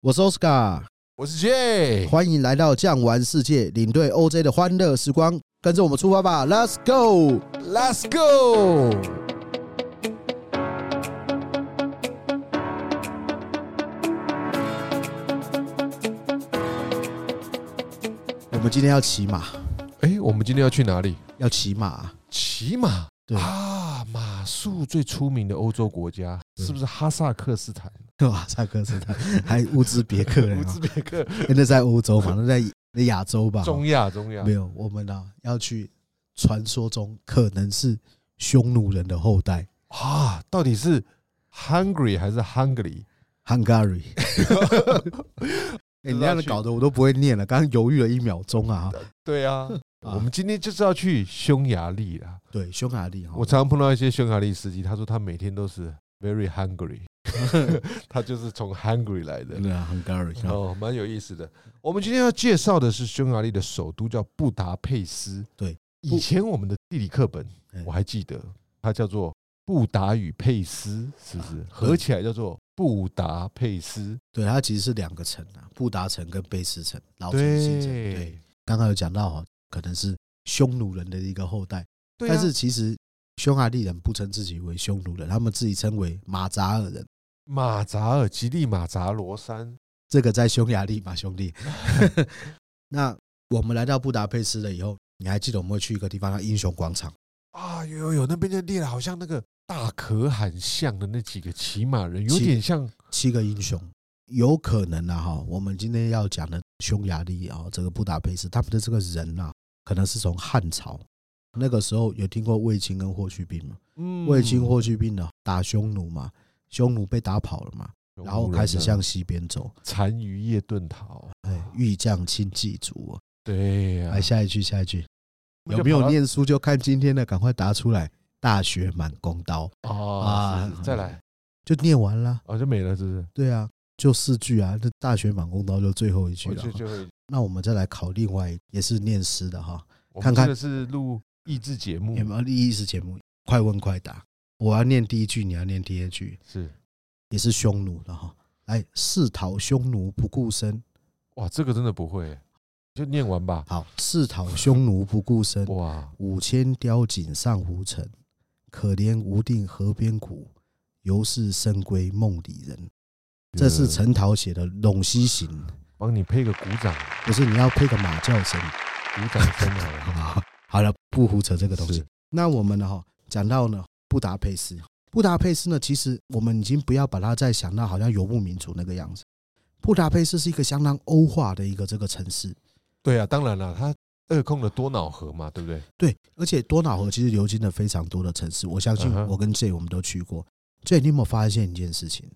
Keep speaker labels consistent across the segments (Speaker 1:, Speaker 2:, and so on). Speaker 1: 我是 Oscar，
Speaker 2: 我是 J，
Speaker 1: 欢迎来到酱玩世界，领队 OJ 的欢乐时光，跟着我们出发吧，Let's go！
Speaker 2: Let's go！
Speaker 1: 我们今天要骑马，
Speaker 2: 哎、我们今天要去哪里？
Speaker 1: 要骑马，
Speaker 2: 骑马。
Speaker 1: 对
Speaker 2: 啊，马术最出名的欧洲国家
Speaker 1: 对
Speaker 2: 是不是哈萨克斯坦、
Speaker 1: 哇，萨克斯坦还乌兹别克人、
Speaker 2: 乌
Speaker 1: 啊
Speaker 2: 兹别克、
Speaker 1: 欸那在欧洲嘛，那在那亚洲吧，
Speaker 2: 中亚、中亚
Speaker 1: 没？有，我们啊要去传说中可能是匈奴人的后代
Speaker 2: 啊，到底是 Hungary 还是 Hungary？
Speaker 1: ，Hungary。欸你那样搞得我都不会念了，刚刚犹豫了一秒钟啊！
Speaker 2: 对 啊，
Speaker 1: 啊
Speaker 2: 我们今天就是要去匈牙利啦。
Speaker 1: 对，匈牙利哈，
Speaker 2: 我常常碰到一些匈牙利司机，他说他每天都是 very hungry，他就是从 Hungary 来的。
Speaker 1: 对啊，Hungary 啊，
Speaker 2: 哦，蛮有意思的。我们今天要介绍的是匈牙利的首都叫布达佩斯。
Speaker 1: 对，
Speaker 2: 以前我们的地理课本
Speaker 1: 嗯
Speaker 2: 我还记得，它叫做布达与佩斯，是不
Speaker 1: 啊
Speaker 2: 是？合起来叫做布达佩斯。
Speaker 1: 对，它其实是两个城啊，布达城跟卑斯城，老城新城。对，，刚刚有讲到哈，可能是匈奴人的一个后代，
Speaker 2: 对啊
Speaker 1: 但是其实匈牙利人不称自己为匈奴人，他们自己称为马扎尔人。
Speaker 2: 马扎尔、吉利马扎罗山，
Speaker 1: 这个在匈牙利嘛，兄弟。 那我们来到布达佩斯了以后，你还记得我们会去一个地方叫英雄广场？
Speaker 2: 啊，有有有，那边就列了，好像那个大可汗像的那几个骑马人，有
Speaker 1: 骑
Speaker 2: 点像
Speaker 1: 七个英雄，有可能啊哈。我们今天要讲的匈牙利啊，这个布达佩斯，他们的这个人啊，可能是从汉朝那个时候有听过卫青跟霍去病吗？
Speaker 2: 嗯
Speaker 1: 卫青、霍去病呢，打匈奴嘛，匈奴被打跑了嘛，
Speaker 2: 匈
Speaker 1: 然后
Speaker 2: 嗯奴人啊
Speaker 1: 开始
Speaker 2: 的
Speaker 1: 向西边走。
Speaker 2: 单于夜遁逃。
Speaker 1: 哎，欲将轻骑卒啊。
Speaker 2: 对呀、
Speaker 1: 来，下一句，下一句，
Speaker 2: 我
Speaker 1: 有
Speaker 2: 们就
Speaker 1: 没
Speaker 2: 跑
Speaker 1: 有
Speaker 2: 到
Speaker 1: 念书就看今天的，赶快答出来。大学满弓刀
Speaker 2: 啊
Speaker 1: 啊
Speaker 2: 是是再来，
Speaker 1: 就念完了，
Speaker 2: 哦，就没了，是不是？
Speaker 1: 对啊，就四句啊。这大学满弓刀就最后一句
Speaker 2: 我
Speaker 1: 了
Speaker 2: 就
Speaker 1: 哈。
Speaker 2: 就会
Speaker 1: 那我们再来考另外一也是念诗的哈，
Speaker 2: 我
Speaker 1: 看
Speaker 2: 们
Speaker 1: 看
Speaker 2: 这个是录益智节目
Speaker 1: 有，没有意思节目？快问快答，我要念第一句，你要念第二句，
Speaker 2: 是
Speaker 1: 也是匈奴的哈。来，誓讨匈奴不顾身，
Speaker 2: 哇，这个真的不会，就念完吧。
Speaker 1: 好，誓讨匈奴不顾身，
Speaker 2: 哇，
Speaker 1: 五千雕锦上无尘，可怜无定河边骨，犹是深闺梦里人。这是
Speaker 2: 陈，
Speaker 1: 陈桃写的《陇西行》，
Speaker 2: 帮你配个鼓掌，
Speaker 1: 不是你要配个马叫声，
Speaker 2: 鼓掌声好了。
Speaker 1: 好不好？好了，不胡 扯这个东西
Speaker 2: 是。
Speaker 1: 那我们呢？哈，讲到呢，布达佩斯，布达佩斯呢，其实我们已经不要把它再想到好像游牧民族那个样子。布达佩斯是一个相当欧化的一个这个城市，
Speaker 2: 对啊，当然了，他扼控了多瑙河嘛，对不对？
Speaker 1: 对，而且多瑙河其实流经了非常多的城市，我相信
Speaker 2: 嗯哼
Speaker 1: 我跟 J 我们都去过。J，你有没有发现一件事情？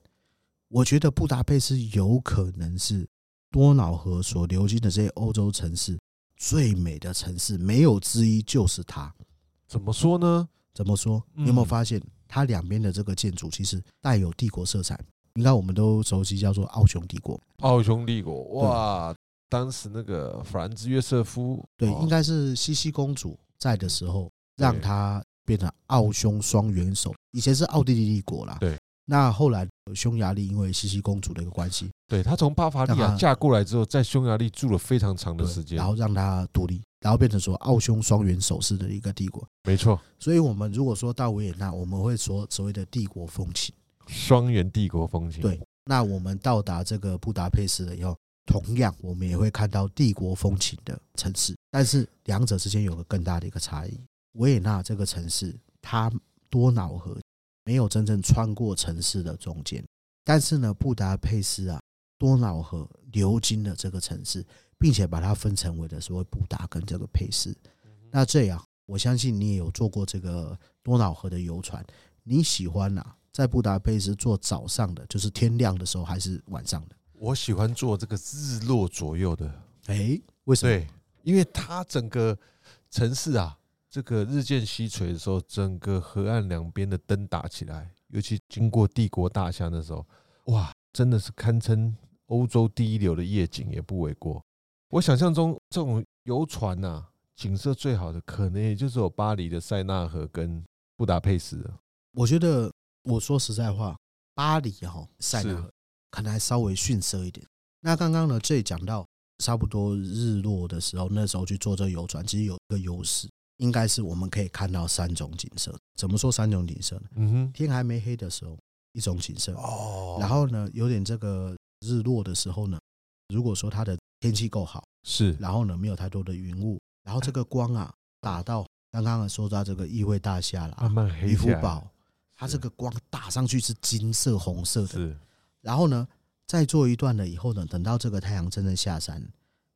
Speaker 1: 我觉得布达佩斯有可能是多瑙河所流经的这些欧洲城市最美的城市，没有之一，就是它。
Speaker 2: 怎么说呢？
Speaker 1: 怎么说？
Speaker 2: 嗯
Speaker 1: 你有没有发现它两边的这个建筑其实带有帝国色彩？应该我们都熟悉叫做奥匈帝国，
Speaker 2: 奥匈帝国，哇，当时那个法兰兹约瑟夫，
Speaker 1: 对，
Speaker 2: 哦
Speaker 1: 应该是茜茜公主在的时候，
Speaker 2: 对
Speaker 1: 让她变成奥匈双元首。以前是奥地利帝国啦，
Speaker 2: 对。
Speaker 1: 那后来匈牙利因为茜茜公主的一个关系，
Speaker 2: 对他从巴伐利
Speaker 1: 让
Speaker 2: 亚
Speaker 1: 他
Speaker 2: 嫁过来之后，在匈牙利住了非常长的
Speaker 1: 对
Speaker 2: 时间
Speaker 1: 然，后让她独立，然后变成说奥匈双元首式的一个帝国。
Speaker 2: 没错，
Speaker 1: 所以，我们如果说到维也纳，我们会说所谓的帝国风情。
Speaker 2: 双元帝国风情。
Speaker 1: 对那我们到达这个布达佩斯了以后，同样我们也会看到帝国风情的城市，但是两者之间有个更大的一个差异。维也纳这个城市，它多瑙河没有真正穿过城市的中间，但是呢，布达佩斯啊，多瑙河流经了这个城市，并且把它分成为了所谓布达跟这个佩斯。那这样，我相信你也有坐过这个多瑙河的游船，你喜欢啊，在布达佩斯坐早上的，就是天亮的时候还是晚上的？
Speaker 2: 我喜欢做这个日落左右的，
Speaker 1: 哎，为什么？
Speaker 2: 对，因为它整个城市啊，这个日渐西垂的时候，整个河岸两边的灯打起来，尤其经过帝国大厦的时候，哇，真的是堪称欧洲第一流的夜景，也不为过。我想象中这种游船呐、啊景色最好的可能也就是有巴黎的塞纳河跟布达佩斯了。
Speaker 1: 我觉得我说实在话，巴黎哈、塞纳河可能还稍微逊色一点，那刚刚呢，这里讲到差不多日落的时候，那时候去做这个游船，其实有一个优势，应该是我们可以看到三种景色。怎么说三种景色呢？
Speaker 2: 嗯哼，
Speaker 1: 天还没黑的时候，一种景色；
Speaker 2: 哦
Speaker 1: 然后呢，有点这个日落的时候呢，如果说它的天气够好，
Speaker 2: 是
Speaker 1: 然后呢没有太多的云雾，然
Speaker 2: 嗯
Speaker 1: 后这个光啊打到刚刚说到这个议会大厦啊啦、
Speaker 2: 慢慢嗯黑
Speaker 1: 渔夫
Speaker 2: 起来，
Speaker 1: 堡，它
Speaker 2: 是
Speaker 1: 这个光打上去是金色、红色的，
Speaker 2: 是
Speaker 1: 然后呢，再做一段了以后呢，等到这个太阳真正下山，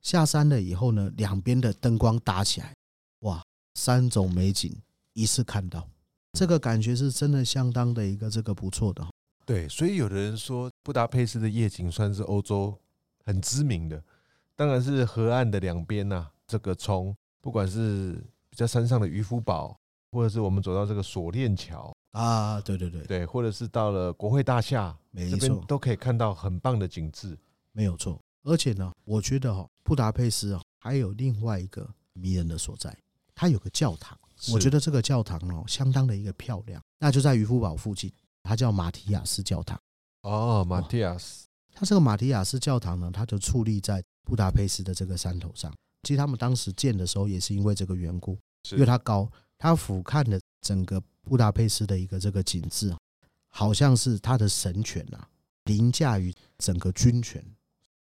Speaker 1: 下山了以后呢，两边的灯光打起来，哇，三种美景一次看
Speaker 2: 嗯
Speaker 1: 到，这个感觉是真的相当的一个这个不错的哦。
Speaker 2: 对，所以有的人说布达佩斯的夜景算是欧洲很知名的，当然是河岸的两边呐、这个从不管是比较山上的渔夫堡，或者是我们走到这个锁链桥，
Speaker 1: 啊，对对对，
Speaker 2: 对，或者是到了国会大厦
Speaker 1: 没
Speaker 2: 这边
Speaker 1: 错，
Speaker 2: 都可以看到很棒的景致。
Speaker 1: 没有错。而且呢，我觉得哦，布达佩斯哦，还有另外一个迷人的所在，它有个教堂，我觉
Speaker 2: 得
Speaker 1: 得这个教堂哦，相当的一个漂亮，那就在渔夫堡附近，它叫马提亚斯教堂。
Speaker 2: 哦，马蒂亚斯，
Speaker 1: 它这个马提亚斯教堂呢，它就矗立在布达佩斯的这个山头上。其实他们当时建的时候也是因为这个缘故，
Speaker 2: 是
Speaker 1: 因为它高，它俯瞰了整个布达佩斯的一个这个景致啊，好像是它的神权啊，凌驾于整个军权，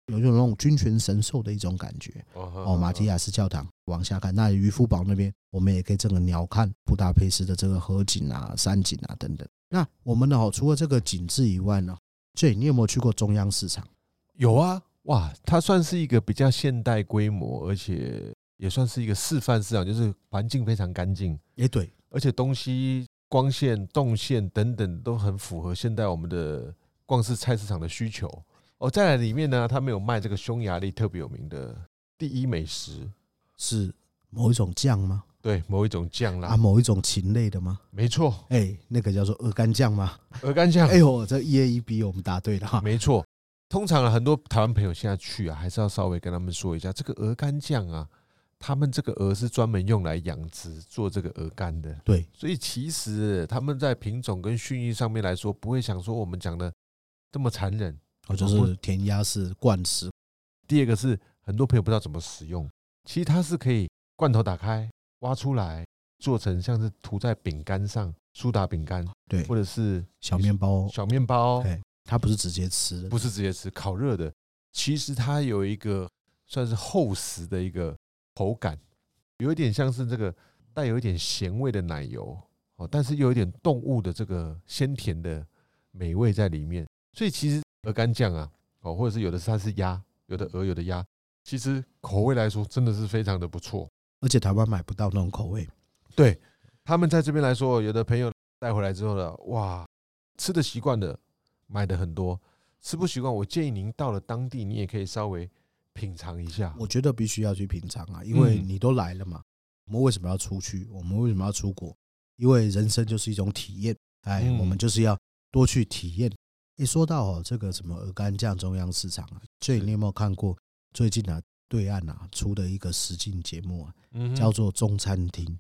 Speaker 1: 有一种那种军权神授的一种感觉。哦，
Speaker 2: 哦
Speaker 1: 马提亚斯教堂往下看，那渔夫堡那边，我们也可以整个鸟瞰布达佩斯的这个河景啊、山景啊等等。那我们呢，哦，除了这个景致以外呢，最你有没有去过中央市场？
Speaker 2: 有啊，哇，它算是一个比较现代规模，而且也算是一个示范市场，就是环境非常干净。
Speaker 1: 也对，
Speaker 2: 而且东西、光线、动线等等都很符合现在我们的逛市菜市场的需求。哦，再来里面呢，他们有卖这个匈牙利特别有名的第一美食，
Speaker 1: 是某一种酱吗？
Speaker 2: 对，某一种酱啦，
Speaker 1: 啊，某一种禽类的吗？
Speaker 2: 没错，
Speaker 1: 哎、那个叫做鹅肝酱吗？
Speaker 2: 鹅 肝酱，
Speaker 1: 哎呦，这一 A 一 B 我们答对了哈。
Speaker 2: 没错。通常啊，很多台湾朋友现在去啊，还是要稍微跟他们说一下，这个鹅肝酱啊，他们这个鹅是专门用来养殖做这个鹅肝的，
Speaker 1: 对，
Speaker 2: 所以其实他们在品种跟训育上面来说，不会想说我们讲的这么残忍。
Speaker 1: 我哦就
Speaker 2: 我
Speaker 1: 是填鸭式灌食，
Speaker 2: 第二个是很多朋友不知道怎么使用，其实它是可以罐头打开挖出来，做成像是涂在饼干上、苏打饼干
Speaker 1: 对
Speaker 2: 或，者是
Speaker 1: 小面包，
Speaker 2: 小面包，
Speaker 1: 哎它不是直接吃的，
Speaker 2: 不是直接吃烤热的。其实它有一个算是厚实的一个口感，有一点像是这个带有一点咸味的奶油哦，但是又有一点动物的这个鲜甜的美味在里面。所以其实鹅肝酱啊，哦，或者是有的是它是鸭，有的鹅，有的鸭，其实口味来说真的是非常的不错。
Speaker 1: 而且台湾买不到那种口味。
Speaker 2: 对他们在这边来说，有的朋友带回来之后呢，哇，吃的习惯的，买的很多；吃不习惯，我建议您到了当地，你也可以稍微品尝一下。
Speaker 1: 我觉得必须要去品尝啊，因为
Speaker 2: 嗯
Speaker 1: 你都来了嘛，我们为什么要出去？我们为什么要出国？因为人生就是一种体验，哎，
Speaker 2: 嗯
Speaker 1: 我们就是要多去体验。一说到哦，这个什么鹅肝酱中央市场啊，所以
Speaker 2: 是
Speaker 1: 你有没有看过最近啊对岸啊出的一个实境节目啊，
Speaker 2: 嗯
Speaker 1: 叫做中餐厅，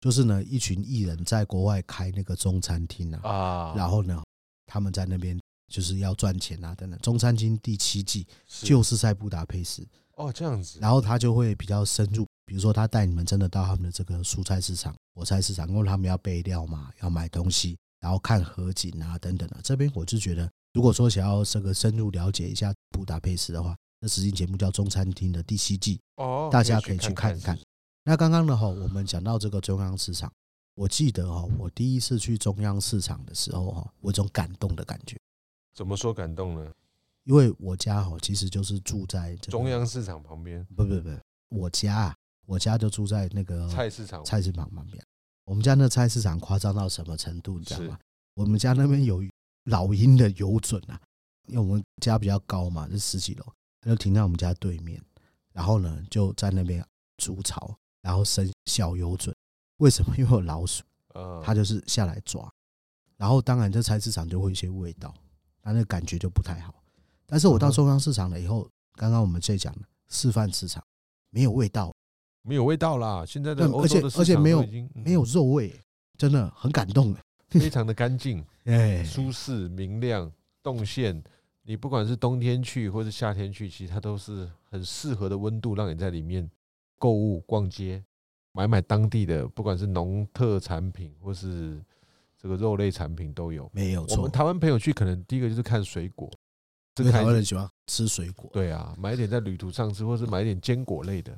Speaker 1: 就是呢一群艺人在国外开那个中餐厅啊，
Speaker 2: 啊，
Speaker 1: 然后呢他们在那边就是要赚钱啊等等。中餐厅第七季
Speaker 2: 是
Speaker 1: 就是在布达佩斯，
Speaker 2: 哦这样子，
Speaker 1: 然后他就会比较深入，比如说他带你们真的到他们的这个蔬菜市场、果菜市场，因为他们要备料嘛，要买东西，然后看河景啊等等的、这边我就觉得，如果说想要这个深入了解一下布达佩斯的话，那实境节目叫《中餐厅》的第七季，
Speaker 2: 哦
Speaker 1: 大家可以去看
Speaker 2: 看
Speaker 1: 一看。那刚刚呢，哈，我们讲到这个中央市场，我记得哈，我第一次去中央市场的时候哈，我有一种感动的感觉，
Speaker 2: 怎么说感动呢？
Speaker 1: 因为我家哈其实就是住在这个
Speaker 2: 中，央市场旁边
Speaker 1: 不不不，我家啊，我家就住在那个
Speaker 2: 菜市场，
Speaker 1: 呃菜市场旁边。我们家那菜市场夸张到什么程度，你知道吗？我们家那边有老鹰的游隼啊，因为我们家比较高嘛，是十几楼，它就停在我们家对面，然后呢就在那边筑巢，然后生小游隼。为什么？因为有老鼠，
Speaker 2: 呃
Speaker 1: 它就是下来抓。然后当然这菜市场就会有一些味道，它那个感觉就不太好。但是我到
Speaker 2: 嗯哼
Speaker 1: 中央市场了以后，刚刚我们这讲的示范市场没有味道，
Speaker 2: 没有味道啦。现在的
Speaker 1: 对
Speaker 2: 欧
Speaker 1: 而
Speaker 2: 洲
Speaker 1: 且
Speaker 2: 的市
Speaker 1: 而且
Speaker 2: 场
Speaker 1: 没
Speaker 2: 都
Speaker 1: 有
Speaker 2: 已经嗯
Speaker 1: 没有肉味，真的很感动。
Speaker 2: 非常的干净、
Speaker 1: 哎
Speaker 2: 舒适、明亮、动线。你不管是冬天去或是夏天去，其实它都是很适合的温度，让你在里面购物、逛街、买买当地的，不管是农特产品或是这个肉类产品都有。
Speaker 1: 没有
Speaker 2: 我
Speaker 1: 错
Speaker 2: 们。台湾朋友去，可能第一个就是看水果，
Speaker 1: 因为
Speaker 2: 这
Speaker 1: 台湾
Speaker 2: 开
Speaker 1: 人
Speaker 2: 心
Speaker 1: 喜欢吃水果，
Speaker 2: 对啊，买一点在旅途上吃，或是买一点坚果类的。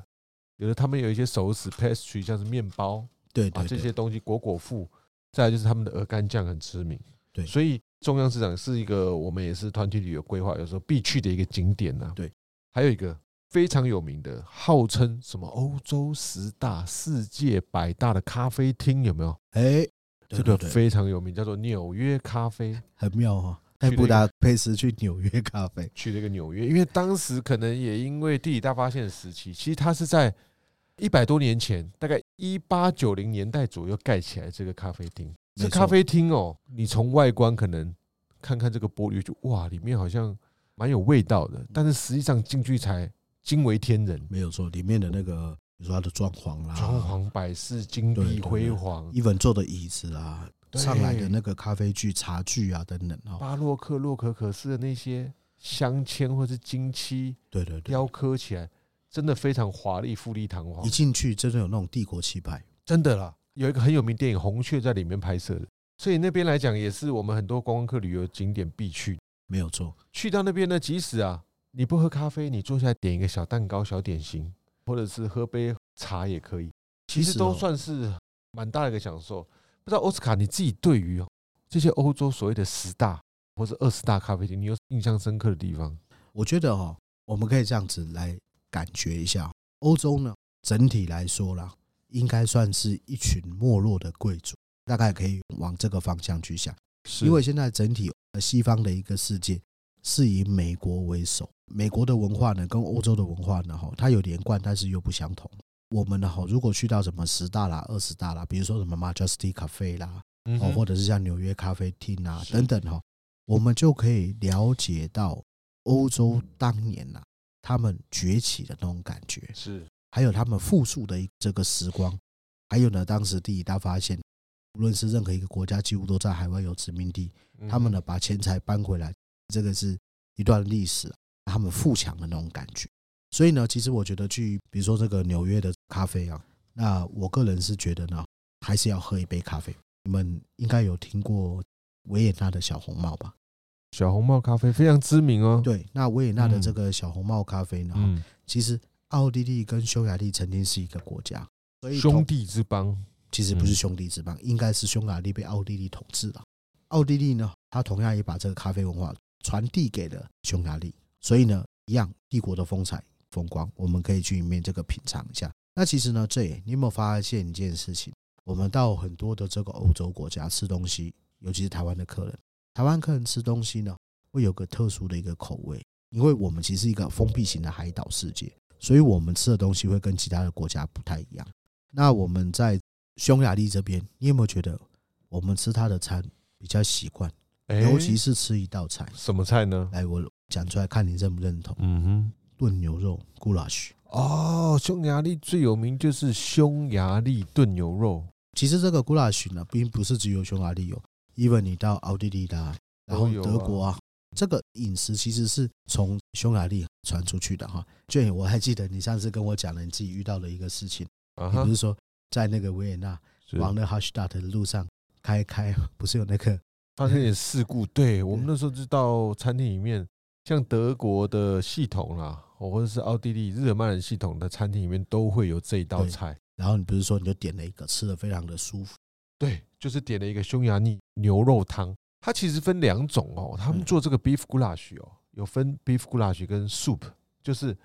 Speaker 2: 有的他们有一些熟食 pastry，像是面包
Speaker 1: 对
Speaker 2: 啊
Speaker 1: 对
Speaker 2: 这
Speaker 1: 对
Speaker 2: 些东西，果果腹。再来就是他们的鹅肝酱很知名，
Speaker 1: 对
Speaker 2: 所以中央市场是一个我们也是团体旅游规划有时候必去的一个景点呐、
Speaker 1: 对，
Speaker 2: 还有一个非常有名的，号称什么欧洲十大、世界百大的咖啡厅，有没有？
Speaker 1: 哎，对
Speaker 2: 这个
Speaker 1: 对对，
Speaker 2: 非常有名，叫做纽约咖啡。
Speaker 1: 很妙哈、哦。带布达佩斯去纽约咖啡，
Speaker 2: 去了一个纽约，因为当时可能也因为地理大发现的时期，其实它是在一百多年前，大概一八九零年代左右盖起来这个咖啡厅。
Speaker 1: 没
Speaker 2: 这
Speaker 1: 错
Speaker 2: 咖啡厅哦，你从外观可能看看这个玻璃就哇，里面好像蛮有味道的，但是实际上进去才惊为天人，
Speaker 1: 没有错。里面的那个，比如说它的装潢啦，
Speaker 2: 装潢百事金
Speaker 1: 啊对对
Speaker 2: 碧
Speaker 1: 对
Speaker 2: 辉煌，
Speaker 1: ，even 坐的椅子啊，
Speaker 2: 对
Speaker 1: 上来的那个咖啡具、茶具啊等等哦，
Speaker 2: 巴洛克、洛可可式的那些镶嵌或是金漆
Speaker 1: 对对对，
Speaker 2: 雕刻起来，真的非常华丽、富丽堂皇
Speaker 1: 一。进去真的有那种帝国气派，
Speaker 2: 真的啦，有一个很有名电影《红雀》在里面拍摄的，所以那边来讲也是我们很多观光客旅游景点必去。
Speaker 1: 没有错。
Speaker 2: 去到那边呢，即使啊你不喝咖啡，你坐下来点一个小蛋糕、小点心，或者是喝杯茶也可以，其
Speaker 1: 其
Speaker 2: 实
Speaker 1: 实
Speaker 2: 都
Speaker 1: 哦
Speaker 2: 算是蛮大的一个享受。不知道奥斯卡你自己对于哦这些欧洲所谓的十大或者二十大咖啡厅，你有印象深刻的地方？
Speaker 1: 我觉得哈，我们可以这样子来感觉一下，欧洲呢整体来说啦，应该算是一群没落的贵族，大概可以往这个方向去想。
Speaker 2: 是
Speaker 1: 因为现在整体呃西方的一个世界是以美国为首，美国的文化呢跟欧洲的文化呢哈，它有连贯，但是又不相同。我们呢哈，如果去到什么十大啦、二十大啦，比如说什么 Majesty Cafe 啦，
Speaker 2: 嗯
Speaker 1: 哦，
Speaker 2: 哼
Speaker 1: 或者是像纽约咖啡厅啊
Speaker 2: 是
Speaker 1: 等等哈、我们就可以了解到欧洲当年呐、他们崛起的那种感觉，
Speaker 2: 是
Speaker 1: 还有他们复述的一这个时光，还有呢，当时地理大发现，无论是任何一个国家，几乎都在海外有殖民地，
Speaker 2: 嗯
Speaker 1: 他们呢把钱财搬回来，这个是一段历史啊，他们富强的那种感觉。所以呢，其实我觉得去，比如说这个纽约的咖啡啊，那我个人是觉得呢，还是要喝一杯咖啡。你们应该有听过维也纳的小红帽吧？
Speaker 2: 小红帽咖啡非常知名哦。，
Speaker 1: 对，那维也纳的
Speaker 2: 嗯
Speaker 1: 这个小红帽咖啡呢，
Speaker 2: 嗯，
Speaker 1: 其实奥地利跟匈牙利曾经是一个国家，所以
Speaker 2: 兄
Speaker 1: 同
Speaker 2: 弟之邦。
Speaker 1: 其实不是兄弟之邦，应该是匈牙利被奥地利统治了。奥地利呢，它同样也把这个咖啡文化传递给了匈牙利，所以呢，一样帝国的风采风光，我们可以去里面这个品尝一下。那其实呢，这也你有没有发现一件事情？我们到很多的这个欧洲国家吃东西，尤其是台湾的客人，台湾客人吃东西呢，会有个特殊的一个口味，因为我们其实是一个封闭型的海岛世界，所以我们吃的东西会跟其他的国家不太一样。那我们在匈牙利这边，你有没有觉得我们吃他的餐比较习惯，
Speaker 2: 哎
Speaker 1: 尤其是吃一道菜？
Speaker 2: 什么菜呢？
Speaker 1: 来，我讲出来看你认不认同？
Speaker 2: 嗯哼。
Speaker 1: 炖牛肉 goulash，
Speaker 2: 哦，匈牙利最有名就是匈牙利炖牛肉，
Speaker 1: 其实这个 goulash 呢，并不是只有匈牙利有，even 你到奥地利啦，然后
Speaker 2: 都有啊
Speaker 1: 德国啊，这个饮食其实是从匈牙利传出去的哈。卷，我还记得你上次跟我讲了你自己遇到的一个事情，
Speaker 2: 啊
Speaker 1: 你不是说在那个维也纳
Speaker 2: 是
Speaker 1: 往那 h a s h d a t 的路上开开，不是有那个
Speaker 2: 发生点事故。 对我们那时候就到餐厅里面，像德国的系统啦，哦或者是奥地利日耳曼人系统的餐厅里面都会有这一道
Speaker 1: 对
Speaker 2: 菜。
Speaker 1: 然后你不是说你就点了一个，吃的非常的舒服，
Speaker 2: 对，就是点了一个匈牙利牛肉汤，它其实分两种哦，他们做这个 beef goulash 哦，有分 beef goulash 跟 soup，就是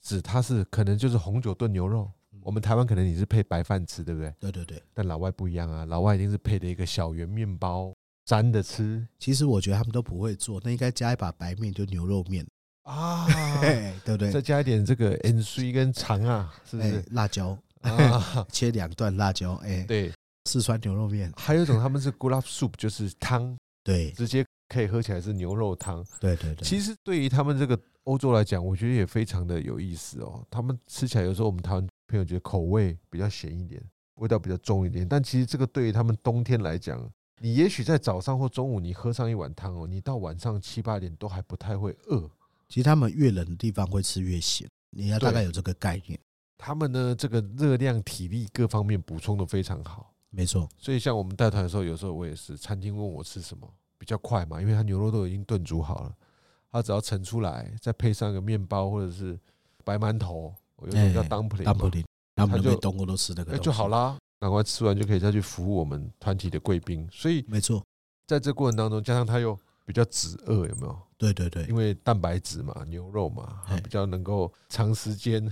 Speaker 2: 指它是可能就是红酒炖牛肉。我们台湾可能你是配白饭吃，对不对？
Speaker 1: 对对对，
Speaker 2: 但老外不一样啊，老外一定是配的一个小圆面包沾着吃
Speaker 1: 其实我觉得他们都不会做，那应该加一把白面，就牛肉面，
Speaker 2: 啊，
Speaker 1: 嘿对不对？
Speaker 2: 再加一点这个 N C 跟肠啊，是不
Speaker 1: 哎
Speaker 2: 是，
Speaker 1: 辣椒
Speaker 2: 啊？
Speaker 1: 切两段辣椒，哎，
Speaker 2: 对，啊
Speaker 1: 四川牛肉面，
Speaker 2: 还有一种他们是 gulab soup，就是汤，
Speaker 1: 对
Speaker 2: 直接可以喝起来是牛肉汤。
Speaker 1: 对对对，
Speaker 2: 其实对于他们这个欧洲来讲，我觉得也非常的有意思哦。他们吃起来有时候我们台湾朋友觉得口味比较咸一点，味道比较重一点，但其实这个对于他们冬天来讲，你也许在早上或中午你喝上一碗汤哦，你到晚上七八点都还不太会饿。
Speaker 1: 其实他们越冷的地方会吃越咸，你要大概
Speaker 2: 对
Speaker 1: 有这个概念。
Speaker 2: 他们呢，这个热量、体力各方面补充的非常好，
Speaker 1: 没错，
Speaker 2: 所以像我们带团的时候，有时候我也是，餐厅问我吃什么比较快嘛，因为它牛肉都已经炖煮好了，它只要盛出来，再配上个面包或者是白馒头，有一种叫
Speaker 1: 哎
Speaker 2: dumpling，
Speaker 1: 当
Speaker 2: 嘛
Speaker 1: 不灵，他们
Speaker 2: 就
Speaker 1: 那边东欧都吃那个
Speaker 2: 那
Speaker 1: 东西
Speaker 2: 就好。啦。赶快吃完就可以再去服务我们团体的贵宾，所以
Speaker 1: 没错，
Speaker 2: 在这过程当中，加上它又比较止饿，有没有？
Speaker 1: 对对对
Speaker 2: 因，为蛋白质嘛，牛肉嘛，它
Speaker 1: 哎
Speaker 2: 比较能够长时间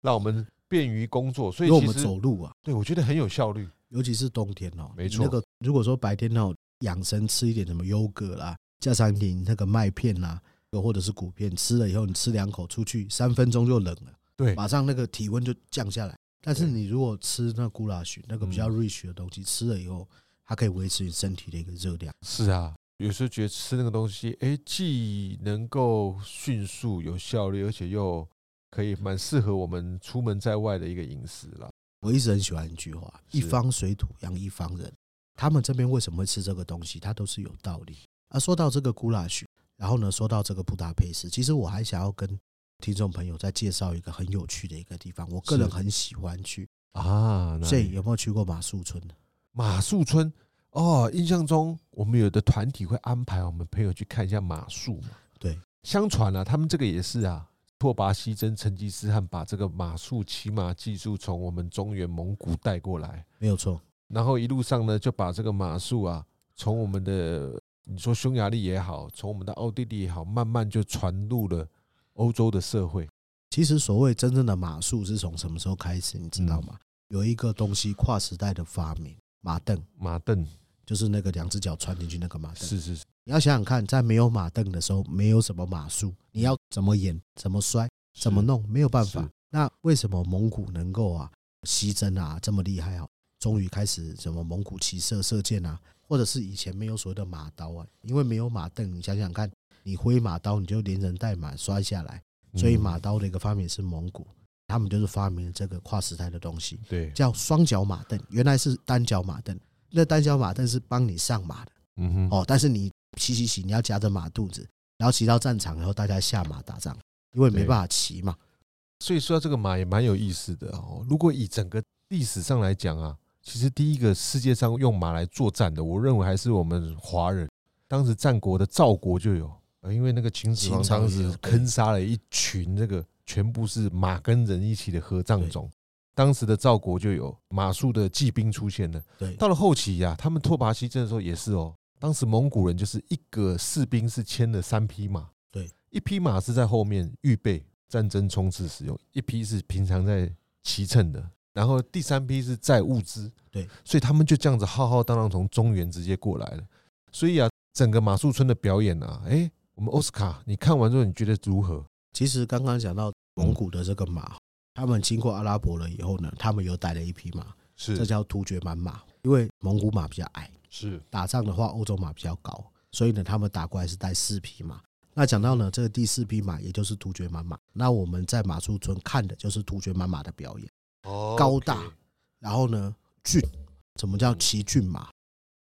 Speaker 2: 让我们便于工作，所
Speaker 1: 因
Speaker 2: 以
Speaker 1: 为我
Speaker 2: 其
Speaker 1: 们
Speaker 2: 实
Speaker 1: 走路啊，
Speaker 2: 对我觉得很有效率。
Speaker 1: 尤其是冬天哦，
Speaker 2: 没
Speaker 1: 你
Speaker 2: 错
Speaker 1: 那个如果说白天哦，养生吃一点什么优格啦、加上你那个麦片啦、或者是谷片，吃了以后你吃两口出去，三分钟就冷了，
Speaker 2: 对，
Speaker 1: 马上那个体温就降下来。但是
Speaker 2: 对
Speaker 1: 你如果吃那古拉许那个比较
Speaker 2: 嗯
Speaker 1: rich 的东西，吃了以后，它可以维持你身体的一个热量。
Speaker 2: 是啊，有时候觉得吃那个东西，哎，既能够迅速有效率，而且又可以蛮适合我们出门在外的一个饮食啦。
Speaker 1: 我一直很喜欢一句话：“
Speaker 2: 是
Speaker 1: 一方水土养一方人。”他们这边为什么会吃这个东西，它都是有道理。啊，说到这个古拉许，然后呢，说到这个布达佩斯，其实我还想要跟听众朋友再介绍一个很有趣的一个地方，我个人
Speaker 2: 是
Speaker 1: 很喜欢去。
Speaker 2: 啊，那
Speaker 1: 所以有没有去过马术村？
Speaker 2: 马术村哦，印象中我们有的团体会安排我们朋友去看一下马术嘛。
Speaker 1: 对，
Speaker 2: 相传啊，他们这个也是啊，拓跋西征成吉思汗把这个马术骑马技术从我们中原蒙古带过来，
Speaker 1: 没有错，
Speaker 2: 然后一路上呢就把这个马术啊，从我们的你说匈牙利也好，从我们的奥地利也好，慢慢就传入了欧洲的社会。
Speaker 1: 其实所谓真正的马术是从什么时候开始，你知道吗？有一个东西跨时代的发明，马凳，
Speaker 2: 马镫
Speaker 1: 就是那个两只脚穿进去那个马凳。
Speaker 2: 是是是，
Speaker 1: 你要想想看，在没有马凳的时候，没有什么马术，你要怎么演、怎么摔、怎么弄，没有办法
Speaker 2: 嗯是。
Speaker 1: 那为什么蒙古能够啊西征啊这么厉害啊？终于开始什么蒙古骑射、射箭啊，或者是以前没有所谓的马刀啊，因为没有马凳，你想想看，你挥马刀你就连人带马摔下来，所以
Speaker 2: 嗯
Speaker 1: 马刀的一个发明是蒙古，他们就是发明了这个跨时代的东西。
Speaker 2: 对，
Speaker 1: 叫双脚马凳，原来是单脚马凳。那单脚马凳是帮你上马的
Speaker 2: 嗯哼，
Speaker 1: 哦，但是你骑骑骑，你要夹着马肚子，然后骑到战场，然后大家下马打仗，因为没
Speaker 2: 对
Speaker 1: 办法骑嘛。
Speaker 2: 所以说到这个马也蛮有意思的哦。如果以整个历史上来讲啊，其实第一个世界上用马来作战的，我认为还是我们华人。当时战国的赵国就有，呃因为那个秦始皇
Speaker 1: 秦朝
Speaker 2: 当
Speaker 1: 也
Speaker 2: 时
Speaker 1: 有对
Speaker 2: 坑杀了一群这个全部是马跟人一起的合葬种，当时的赵国就有马术的骑兵出现了。
Speaker 1: 对，
Speaker 2: 到了后期呀、他们拓跋西征的时候也是哦，当时蒙古人就是一个士兵是牵了三匹马，
Speaker 1: 对，
Speaker 2: 一匹马是在后面预备战争冲刺使用，一匹是平常在骑乘的，然后第三匹是载物资，
Speaker 1: 对，
Speaker 2: 所以他们就这样子浩浩荡荡从中原直接过来了。所以啊，整个马术村的表演啊，哎、我们奥斯卡，你看完之后你觉得如何？
Speaker 1: 其实刚刚讲到
Speaker 2: 嗯
Speaker 1: 蒙古的这个马，他们经过阿拉伯了以后呢，他们又带了一匹马，这
Speaker 2: 是
Speaker 1: 叫突厥蛮马，因为蒙古马比较矮，
Speaker 2: 是，
Speaker 1: 打仗的话，欧洲马比较高，所以呢，他们打过来是带四匹马。那讲到呢，这个第四匹马也就是突厥蛮马。那我们在马术村看的就是突厥蛮马的表演，高大然后呢，骏，什么叫骑骏马？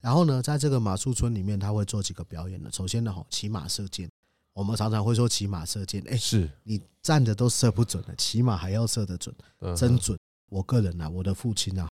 Speaker 1: 然后呢，在这个马术村里面，他会做几个表演呢。首先呢，吼，骑马射箭，我们常常会说骑马射箭，哎，
Speaker 2: 是，
Speaker 1: 你站着都射不准了，骑马还要射得准。
Speaker 2: 嗯
Speaker 1: 真准。我个人啊，我的父亲啊，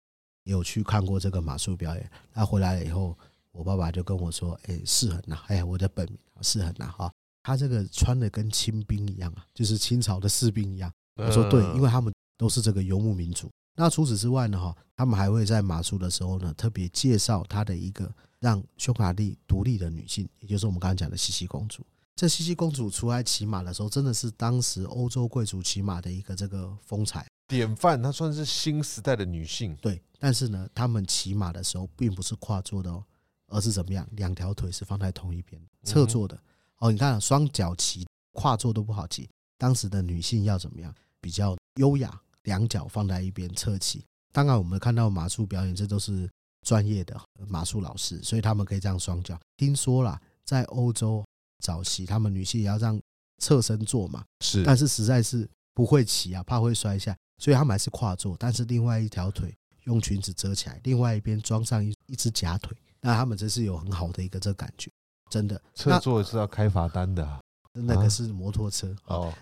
Speaker 1: 有去看过这个马术表演。他回来了以后，我爸爸就跟我说：“哎、世恒呐，哎呀，我的本名啊世恒呐，哈、他这个穿的跟清兵一样啊，就是清朝的士兵一样。”我说：“对，
Speaker 2: 嗯
Speaker 1: 因为他们都是这个游牧民族。”那除此之外呢，哈，他们还会在马术的时候呢，特别介绍他的一个让匈牙利独立的女性，也就是我们刚刚讲的茜茜公主。这茜茜公主出来骑马的时候，真的是当时欧洲贵族骑马的一个这个风采。
Speaker 2: 典范，她算是新时代的女性，
Speaker 1: 对，但是呢，他们骑马的时候并不是跨坐的哦，而是怎么样？两条腿是放在同一边，侧坐的。哦，你看啊双脚骑，跨坐都不好骑。当时的女性要怎么样？比较优雅，两脚放在一边侧骑。当然，我们看到马术表演，这都是专业的马术老师，所以他们可以这样双脚。听说啦，在欧洲早期，他们女性也要这样侧身坐嘛，
Speaker 2: 是
Speaker 1: 但是实在是不会骑啊，怕会摔下，所以他们还是跨坐，但是另外一条腿用裙子遮起来，另外一边装上一一只假腿，那他们真是有很好的一个这感觉，真的，
Speaker 2: 车座是要开罚单的啊、
Speaker 1: 那个是摩托车，
Speaker 2: 哦，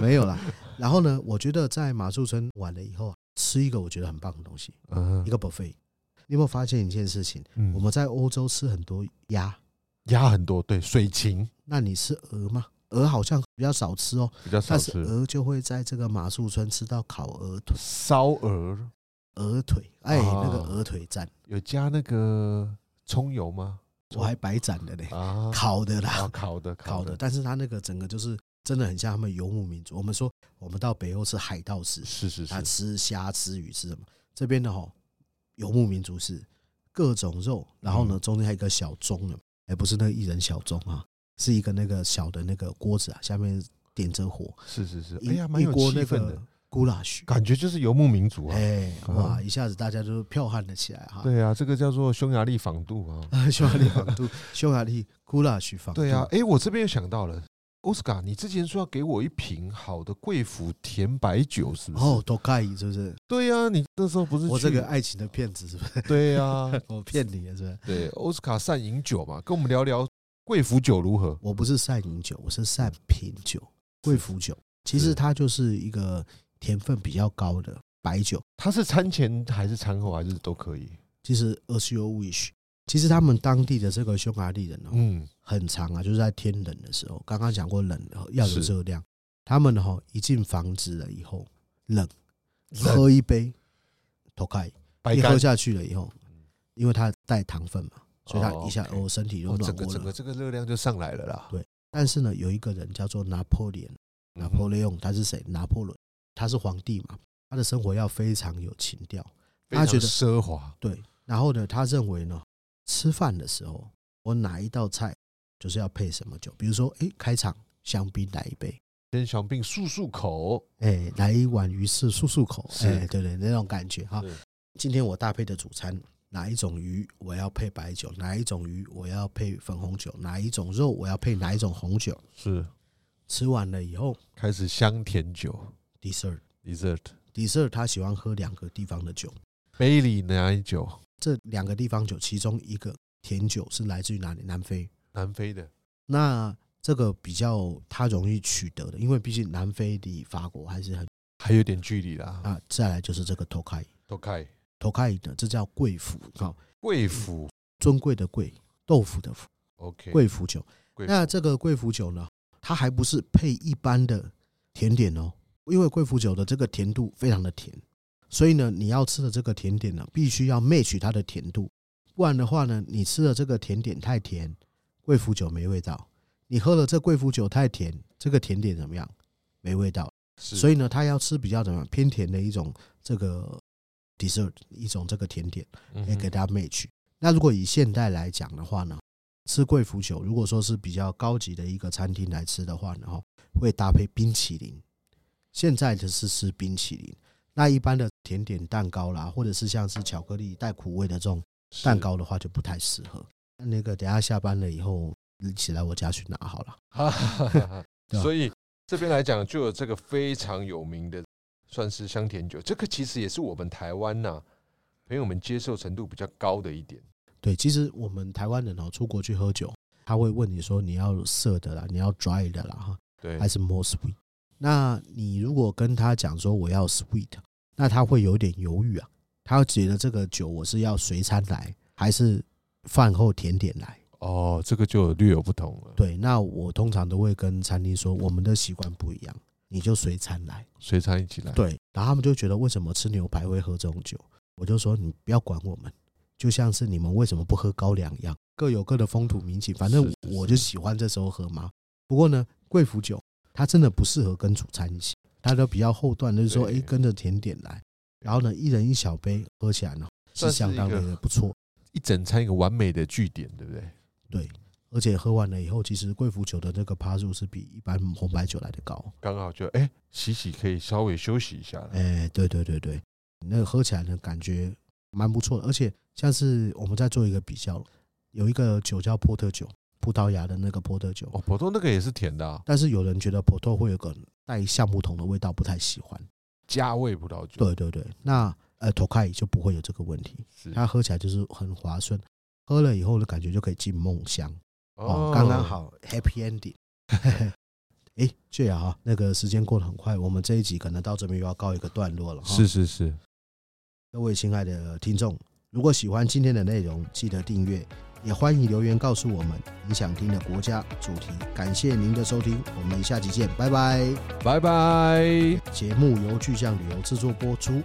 Speaker 1: 没有啦。然后呢，我觉得在马术村玩了以后，吃一个我觉得很棒的东西，
Speaker 2: 嗯
Speaker 1: 一，个 buffet。你有没有发现一件事情？
Speaker 2: 嗯
Speaker 1: 我们在欧洲吃很多鸭，
Speaker 2: 鸭嗯很多，对，水禽
Speaker 1: 那你吃鹅吗？鹅好像比较少吃哦，
Speaker 2: 比较少
Speaker 1: 但是
Speaker 2: 吃，
Speaker 1: 鹅就会在这个马术村吃到烤鹅腿，
Speaker 2: 烧鹅
Speaker 1: 鹅腿，哎，
Speaker 2: 哦
Speaker 1: 那个鹅腿赞，
Speaker 2: 有加那个葱油吗？
Speaker 1: 我还白斩的嘞，
Speaker 2: 啊，
Speaker 1: 哎烤的啦，
Speaker 2: 啊哦烤 的
Speaker 1: 烤的，
Speaker 2: 的，
Speaker 1: 但是它那个整个就是真的很像他们游牧民族。我们说我们到北欧吃海盗式，
Speaker 2: 是是
Speaker 1: 啊，
Speaker 2: 是，
Speaker 1: 吃虾、吃鱼、吃什么？这边的吼，游牧民族是各种肉，然后呢，
Speaker 2: 嗯
Speaker 1: 中间还有一个小盅的，哎，不是那个一人小盅啊，是一个那个小的那个锅子啊，下面点着火，
Speaker 2: 是是是，
Speaker 1: 一
Speaker 2: 哎呀，蛮有
Speaker 1: 一锅
Speaker 2: 气
Speaker 1: 那
Speaker 2: 氛
Speaker 1: 个
Speaker 2: 的，
Speaker 1: 咕啦许，
Speaker 2: 感觉就是游牧民族啊。
Speaker 1: 哎，
Speaker 2: 啊
Speaker 1: 哇，一下子大家都彪悍了起来哈。
Speaker 2: 对啊，这个叫做匈牙利仿 度啊。
Speaker 1: 啊，匈牙利防度，匈牙利咕啦许防度，
Speaker 2: 对啊，哎，我这边又想到了，奥斯卡，你之前说要给我一瓶好的贵腐甜白酒，是不是？
Speaker 1: 哦，，多盖伊是不是？
Speaker 2: 对呀，你那时候不是
Speaker 1: 我
Speaker 2: 去
Speaker 1: 这个爱情的骗子是不 是？
Speaker 2: 对呀，
Speaker 1: 我骗你啊了是不是？
Speaker 2: 对，奥斯卡善饮酒嘛，跟我们聊聊贵腐酒如何？
Speaker 1: 我不是善饮酒，我是善品酒，贵腐酒。其实它就是一个甜分比较高的白酒。
Speaker 2: 它是餐前还是餐后还是都可以？
Speaker 1: 其实 a s you wish，其实他们当地的这个匈牙利人哦，
Speaker 2: 嗯，
Speaker 1: 很长啊，就是在天冷的时候，刚刚讲过冷哦要有
Speaker 2: 是
Speaker 1: 热量。他们哈、哦、一进房子了以后，冷
Speaker 2: 冷
Speaker 1: 喝一杯，头开
Speaker 2: 白
Speaker 1: 一
Speaker 2: 干嗯
Speaker 1: 喝，下去了以后，因为它带糖分嘛，所以它一下
Speaker 2: 哦，OK
Speaker 1: 哦身体就
Speaker 2: 哦
Speaker 1: 暖
Speaker 2: 整个
Speaker 1: 和
Speaker 2: 整个
Speaker 1: 了。
Speaker 2: 这个热量就上来了啦。
Speaker 1: 但是呢，有一个人叫做拿破仑。拿破
Speaker 2: 嗯
Speaker 1: 仑他是谁？拿破仑，他是皇帝嘛，他的生活要非常有情调。
Speaker 2: 非
Speaker 1: 他
Speaker 2: 常
Speaker 1: 觉得
Speaker 2: 奢华，
Speaker 1: 对，然后呢，他认为呢，吃饭的时候我哪一道菜就是要配什么酒，比如说，哎，开场香槟来一杯，
Speaker 2: 先想病漱漱口，
Speaker 1: 哎，来一碗鱼翅漱漱口，
Speaker 2: 是
Speaker 1: 哎，对对，那种感觉哈
Speaker 2: 是。
Speaker 1: 今天我搭配的主餐。哪一种鱼我要配白酒？哪一种鱼我要配粉红酒？哪一种肉我要配哪一种红酒？
Speaker 2: 是
Speaker 1: 吃完了以后
Speaker 2: 开始香甜酒
Speaker 1: ，dessert
Speaker 2: dessert
Speaker 1: dessert 他喜欢喝两个地方的酒，
Speaker 2: 杯里奶酒，
Speaker 1: 这两个地方酒，其中一个甜酒是来自于哪里？南非。
Speaker 2: 南非的
Speaker 1: 那这个比较它容易取得的，因为毕竟南非离法国还是很
Speaker 2: 还有点距离啦。
Speaker 1: 啊。再来就是这个头开
Speaker 2: 都开
Speaker 1: 头开的，这叫贵腐，好、
Speaker 2: 贵腐
Speaker 1: 尊贵的贵，豆腐的腐，
Speaker 2: ，OK，
Speaker 1: 贵腐酒。
Speaker 2: 贵腐
Speaker 1: 那这个贵腐酒呢，它还不是配一般的甜点哦，因为贵腐酒的这个甜度非常的甜，所以呢，你要吃的这个甜点呢，必须要 match 它的甜度，不然的话呢，你吃的这个甜点太甜，贵腐酒没味道；你喝了这贵腐酒太甜，这个甜点怎么样？没味道。所
Speaker 2: 以
Speaker 1: 以呢，它要吃比较怎么样偏甜的一种这个 dessert 一种这个甜点。
Speaker 2: 嗯
Speaker 1: 也给它 match。那如果以现代来讲的话呢，吃贵腐酒，如果说是比较高级的一个餐厅来吃的话呢，哈，会搭配冰淇淋。现在的是吃冰淇淋，那一般的甜点蛋糕啦，或者是像是巧克力带苦味的这种蛋 糕的话，就不太适合。那个等一下下班了以后，一起来我家去拿好了。
Speaker 2: 哈哈哈哈
Speaker 1: 对啊
Speaker 2: 所以这边来讲，就有这个非常有名的，算是香甜酒。这个其实也是我们台湾呐、朋友们接受程度比较高的一点。
Speaker 1: 对，其实我们台湾人哦，出国去喝酒，他会问你说你要涩的啦，你要 dry 的啦，哈，
Speaker 2: 对
Speaker 1: 还，是 more sweet。那你如果跟他讲说我要 sweet，那他会有点犹豫啊，他会觉得这个酒我是要随餐来，还是饭后甜点来？
Speaker 2: 哦，这个就有略有不同了。，
Speaker 1: 对，那我通常都会跟餐厅说，我们的习惯不一样，你就随餐来。
Speaker 2: 随餐一起来。，
Speaker 1: 对，然后他们就觉得为什么吃牛排会喝这种酒？我就说你不要管我们，就像是你们为什么不喝高粱一样，各有各的风土民情，反正
Speaker 2: 是是
Speaker 1: 我就喜欢这时候喝嘛。不过呢，贵腐酒它真的不适合跟主餐一起，它都比较后段，就是说，
Speaker 2: 对
Speaker 1: 哎，跟着甜点来，然后呢，一人一小杯，喝起来呢是
Speaker 2: 算是
Speaker 1: 相当
Speaker 2: 一个
Speaker 1: 的不错。
Speaker 2: 一整餐一个完美的据点，对不对？
Speaker 1: 对，而且喝完了以后，其实贵腐酒的这个趴数是比一般红白酒来的高。
Speaker 2: 刚好就哎、洗洗可以稍微休息一下了。
Speaker 1: 哎，对对对对，那个喝起来呢，感觉蛮不错的。而且像是我们在做一个比较，有一个酒叫波特酒，葡萄牙的那个波特酒，
Speaker 2: 哦，普通那个也是甜的、啊，
Speaker 1: 但是有人觉得波特会有个带橡木桶的味道，不太喜欢。
Speaker 2: 加味葡萄酒。
Speaker 1: 对对对，那呃，托卡伊就不会有这个问题，
Speaker 2: 对
Speaker 1: 它喝起来就是很滑顺。喝了以后呢，感觉就可以进梦乡哦，刚刚，好 happy ending。哎， 这样啊，那个时间过得很快，我们这一集可能到这边又要告一个段落了哈。
Speaker 2: 是是是，
Speaker 1: 各位亲爱的听众，如果喜欢今天的内容，记得订阅，也欢迎留言告诉我们你想听的国家主题。感谢您的收听，我们下期见，拜拜。
Speaker 2: 拜拜。
Speaker 1: 节目由巨匠旅游制作播出。